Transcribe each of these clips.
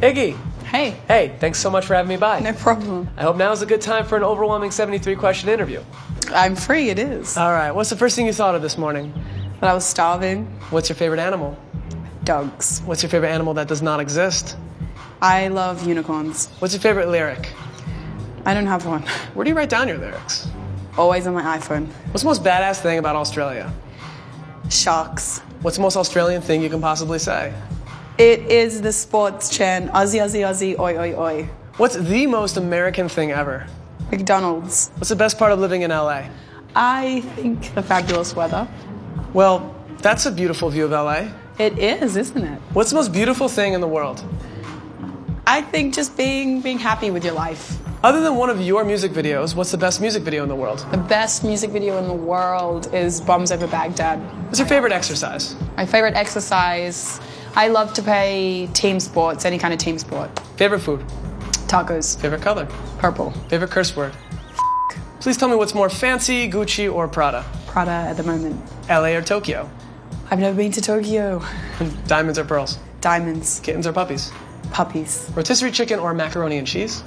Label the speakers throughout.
Speaker 1: Iggy,
Speaker 2: Hey,
Speaker 1: hey, thanks so much for having me by.
Speaker 2: no problem.
Speaker 1: I hope now is a good time for an overwhelming 73 question interview.
Speaker 2: I'm free, it is.
Speaker 1: All right, what's the first thing you thought of this morning?
Speaker 2: But I was starving.
Speaker 1: What's your favorite animal?
Speaker 2: Dogs.
Speaker 1: What's your favorite animal that does not exist?
Speaker 2: I love unicorns.
Speaker 1: What's your favorite lyric?
Speaker 2: I don't have one.
Speaker 1: Where do you write down your lyrics?
Speaker 2: Always on my iPhone.
Speaker 1: What's the most badass thing about Australia?
Speaker 2: Sharks.
Speaker 1: What's the most Australian thing you can possibly say?
Speaker 2: It is the sports chain. Aussie, Aussie, Aussie, oi, oi, oi.
Speaker 1: What's the most American thing ever?
Speaker 2: McDonald's.
Speaker 1: What's the best part of living in LA?
Speaker 2: I think the fabulous weather.
Speaker 1: Well, that's a beautiful view of LA.
Speaker 2: It is, isn't it?
Speaker 1: What's the most beautiful thing in the world?
Speaker 2: I think just being being happy with your life.
Speaker 1: Other than one of your music videos, what's the best music video in the world?
Speaker 2: The best music video in the world is Bombs Over Baghdad.
Speaker 1: What's your favorite exercise?
Speaker 2: My favorite exercise. I love to play team sports, any kind of team sport.
Speaker 1: Favorite food?
Speaker 2: Tacos,
Speaker 1: Favorite color?
Speaker 2: purple.
Speaker 1: Favorite curse word? Please tell me what's more fancy, Gucci, or Prada?
Speaker 2: Prada at the moment.
Speaker 1: LA or Tokyo?
Speaker 2: I've never been to Tokyo.
Speaker 1: Diamonds or pearls?
Speaker 2: Diamonds,
Speaker 1: Kittens or puppies?
Speaker 2: puppies,
Speaker 1: Rotisserie chicken or macaroni and cheese?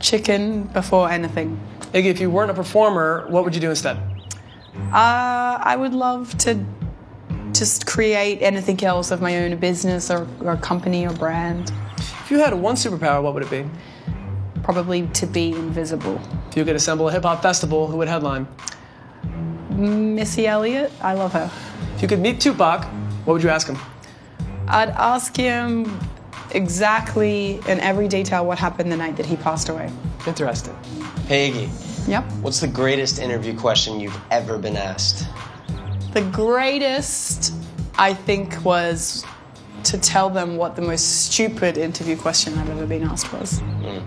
Speaker 2: chicken before anything.
Speaker 1: Iggy, if you weren't a performer, what would you do instead?
Speaker 2: Uh, I would love to just create anything else of my own, a business or, or a company or brand.
Speaker 1: If you had one superpower, what would it be?
Speaker 2: Probably to be invisible.
Speaker 1: If you could assemble a hip hop festival, who would headline?
Speaker 2: Missy Elliott, I love her.
Speaker 1: If you could meet Tupac, what would you ask him?
Speaker 2: I'd ask him exactly in every detail what happened the night that he passed away.
Speaker 1: Interesting.
Speaker 3: Hey, Iggy,
Speaker 2: Yep.
Speaker 3: what's the greatest interview question you've ever been asked?
Speaker 2: The greatest, I think, was to tell them what the most stupid interview question I've ever been asked was. All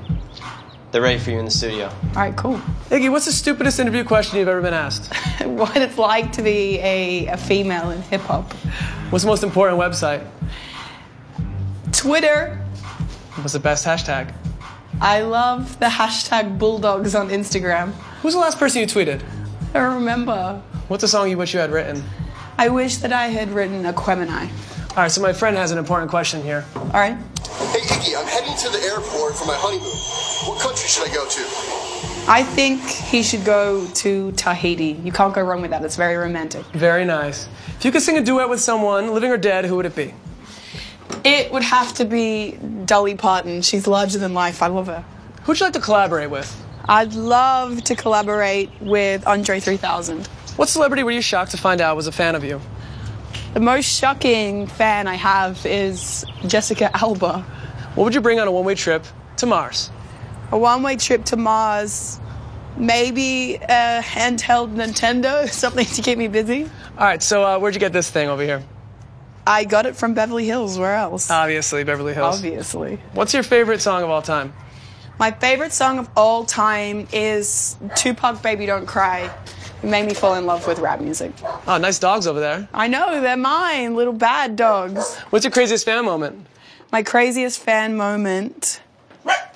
Speaker 3: They're ready for you in the studio.
Speaker 2: right, cool.
Speaker 1: Iggy, what's the stupidest interview question you've ever been asked?
Speaker 2: What it's like to be a, a female in hip hop.
Speaker 1: What's the most important website?
Speaker 2: Twitter,
Speaker 1: What's the best hashtag?
Speaker 2: I love the hashtag bulldogs on Instagram.
Speaker 1: Who's the last person you tweeted?
Speaker 2: I remember,
Speaker 1: What's a song you wish you had written?
Speaker 2: I wish that I had written Aquemini.
Speaker 1: All right, so my friend has an important question here.
Speaker 2: All right,
Speaker 4: Hey Iggy, I'm heading to the airport for my honeymoon. What country should I go to?
Speaker 2: I think he should go to Tahiti. You can't go wrong with that. It's very romantic.
Speaker 1: Very nice. If you could sing a duet with someone, living or dead, who would it be?
Speaker 2: It would have to be Dolly Parton. She's larger than life. I love her.
Speaker 1: Who'd you like to collaborate with?
Speaker 2: I'd love to collaborate with Andre 3000.
Speaker 1: What celebrity were you shocked to find out was a fan of you?
Speaker 2: The most shocking fan I have is Jessica Alba.
Speaker 1: What would you bring on a one way trip to Mars?
Speaker 2: A one way trip to Mars, maybe a handheld Nintendo, something to keep me busy.
Speaker 1: All right, so uh, where'd you get this thing over here?
Speaker 2: I got it from Beverly Hills. Where else?
Speaker 1: Obviously, Beverly Hills.
Speaker 2: Obviously.
Speaker 1: What's your favorite song of all time?
Speaker 2: My favorite song of all time is Tupac Baby Don't Cry. It made me fall in love with rap music.
Speaker 1: Oh, nice dogs over there.
Speaker 2: I know, they're mine, little bad dogs.
Speaker 1: What's your craziest fan moment?
Speaker 2: My craziest fan moment.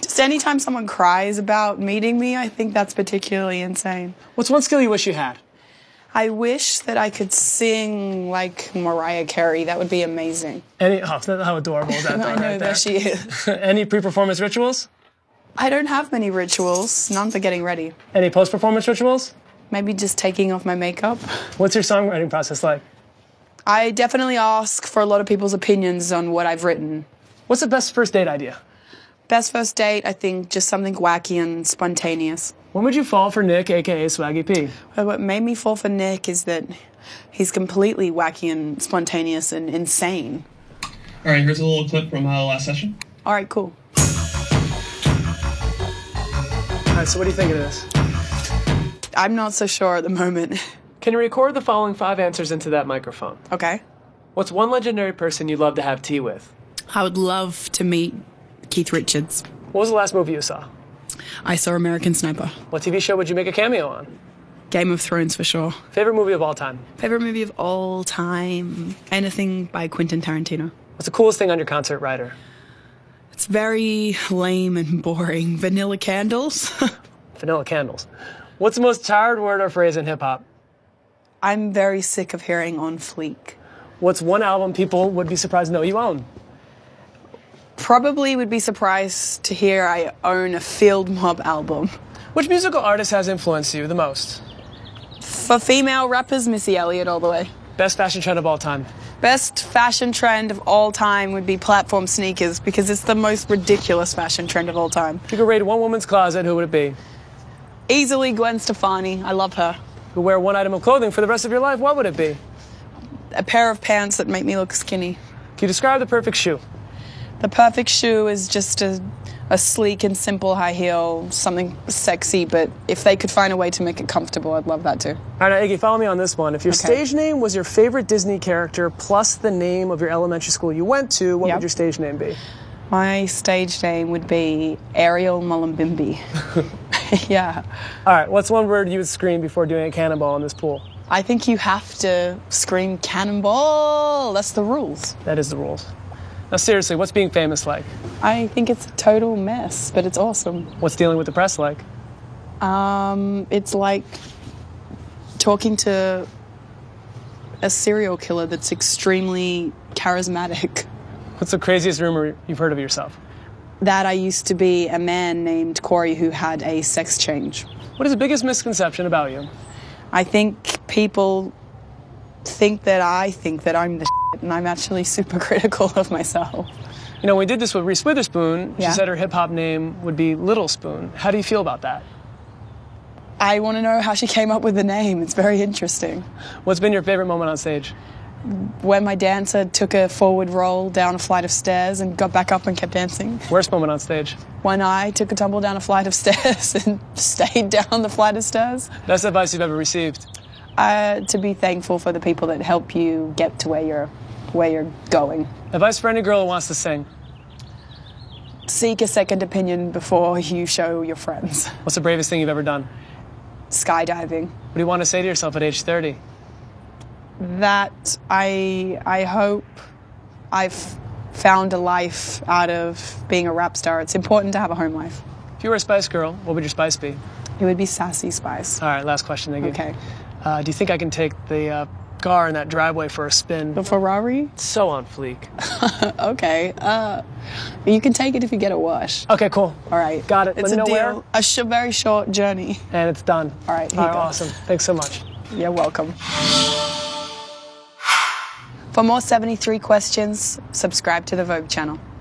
Speaker 2: Just anytime someone cries about meeting me, I think that's particularly insane.
Speaker 1: What's one skill you wish you had?
Speaker 2: I wish that I could sing like Mariah Carey. That would be amazing.
Speaker 1: Any, oh, how adorable is that
Speaker 2: I
Speaker 1: dog
Speaker 2: know,
Speaker 1: right
Speaker 2: there
Speaker 1: there?
Speaker 2: she is.
Speaker 1: Any pre performance rituals?
Speaker 2: I don't have many rituals, none for getting ready.
Speaker 1: Any post performance rituals?
Speaker 2: Maybe just taking off my makeup.
Speaker 1: What's your songwriting process like?
Speaker 2: I definitely ask for a lot of people's opinions on what I've written.
Speaker 1: What's the best first date idea?
Speaker 2: Best first date, I think just something wacky and spontaneous.
Speaker 1: When would you fall for Nick, aka Swaggy P?
Speaker 2: But what made me fall for Nick is that he's completely wacky and spontaneous and insane.
Speaker 5: All right, here's a little clip from uh, last session.
Speaker 2: All right, cool.
Speaker 1: All right, so what do you think of this?
Speaker 2: I'm not so sure at the moment.
Speaker 1: Can you record the following five answers into that microphone?
Speaker 2: Okay.
Speaker 1: What's one legendary person you'd love to have tea with?
Speaker 2: I would love to meet Keith Richards.
Speaker 1: What was the last movie you saw?
Speaker 2: I saw American Sniper.
Speaker 1: What TV show would you make a cameo on?
Speaker 2: Game of Thrones for sure.
Speaker 1: Favorite movie of all time?
Speaker 2: Favorite movie of all time? Anything by Quentin Tarantino.
Speaker 1: What's the coolest thing on your concert rider?
Speaker 2: It's very lame and boring. Vanilla candles.
Speaker 1: Vanilla candles. What's the most tired word or phrase in hip hop?
Speaker 2: I'm very sick of hearing on fleek.
Speaker 1: What's one album people would be surprised to know you own?
Speaker 2: probably would be surprised to hear I own a Field Mob album.
Speaker 1: Which musical artist has influenced you the most?
Speaker 2: For female rappers, Missy Elliott all the way.
Speaker 1: Best fashion trend of all time.
Speaker 2: Best fashion trend of all time would be platform sneakers because it's the most ridiculous fashion trend of all time.
Speaker 1: If you could raid one woman's closet, who would it be?
Speaker 2: Easily Gwen Stefani, I love her.
Speaker 1: Who wear one item of clothing for the rest of your life, what would it be?
Speaker 2: A pair of pants that make me look skinny.
Speaker 1: Can you describe the perfect shoe?
Speaker 2: The perfect shoe is just a, a sleek and simple high heel, something sexy, but if they could find a way to make it comfortable, I'd love that too.
Speaker 1: All right, now, Iggy, follow me on this one. If your
Speaker 2: Okay.
Speaker 1: stage name was your favorite Disney character plus the name of your elementary school you went to, what
Speaker 2: Yep.
Speaker 1: would your stage name be?
Speaker 2: My stage name would be Ariel Mullumbimby. yeah.
Speaker 1: All right, what's one word you would scream before doing a cannonball in this pool?
Speaker 2: I think you have to scream cannonball. That's the rules.
Speaker 1: That is the rules. Now, seriously, what's being famous like?
Speaker 2: I think it's a total mess, but it's awesome.
Speaker 1: What's dealing with the press like?
Speaker 2: Um, it's like talking to a serial killer that's extremely charismatic.
Speaker 1: What's the craziest rumor you've heard of yourself?
Speaker 2: That I used to be a man named Corey who had a sex change.
Speaker 1: What is the biggest misconception about you?
Speaker 2: I think people think that I think that I'm the shit, and I'm actually super critical of myself.
Speaker 1: You know, when we did this with Reese Witherspoon,
Speaker 2: Yeah.
Speaker 1: she said her hip hop name would be Little Spoon. How do you feel about that?
Speaker 2: I want to know how she came up with the name. It's very interesting.
Speaker 1: What's been your favorite moment on stage?
Speaker 2: When my dancer took a forward roll down a flight of stairs and got back up and kept dancing.
Speaker 1: Worst moment on stage?
Speaker 2: When I took a tumble down a flight of stairs and stayed down the flight of stairs.
Speaker 1: Best advice you've ever received?
Speaker 2: Uh, to be thankful for the people that help you get to where you're, where you're going.
Speaker 1: Advice for any girl who wants to sing?
Speaker 2: Seek a second opinion before you show your friends.
Speaker 1: What's the bravest thing you've ever done?
Speaker 2: Skydiving.
Speaker 1: What do you want to say to yourself at age 30?
Speaker 2: that I I hope I've found a life out of being a rap star. It's important to have a home life.
Speaker 1: If you were a Spice Girl, what would your spice be?
Speaker 2: It would be sassy spice.
Speaker 1: All right, last question. Thank you.
Speaker 2: Okay.
Speaker 1: Uh, do you think I can take the uh, car in that driveway for a spin?
Speaker 2: The Ferrari?
Speaker 1: So on fleek.
Speaker 2: Okay. Uh, you can take it if you get a wash.
Speaker 1: Okay, cool.
Speaker 2: All right.
Speaker 1: Got it. Let
Speaker 2: It's
Speaker 1: me
Speaker 2: a
Speaker 1: know
Speaker 2: deal.
Speaker 1: where.
Speaker 2: A sh- very short journey.
Speaker 1: And it's done.
Speaker 2: All right, here
Speaker 1: All
Speaker 2: you
Speaker 1: right,
Speaker 2: go.
Speaker 1: awesome. Thanks so much.
Speaker 2: You're welcome. For more 73 questions, subscribe to the Vogue channel.